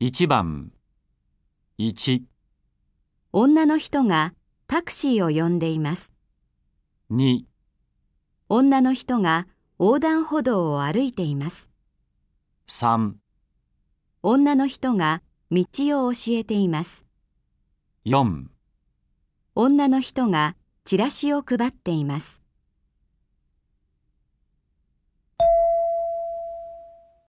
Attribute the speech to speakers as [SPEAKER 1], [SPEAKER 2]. [SPEAKER 1] 1番1、
[SPEAKER 2] 女の人がタクシーを呼んでいます。
[SPEAKER 1] 2、
[SPEAKER 2] 女の人が横断歩道を歩いています。
[SPEAKER 1] 3、
[SPEAKER 2] 女の人が道を教えています。
[SPEAKER 1] 4
[SPEAKER 2] 女の人がチラシを配っています。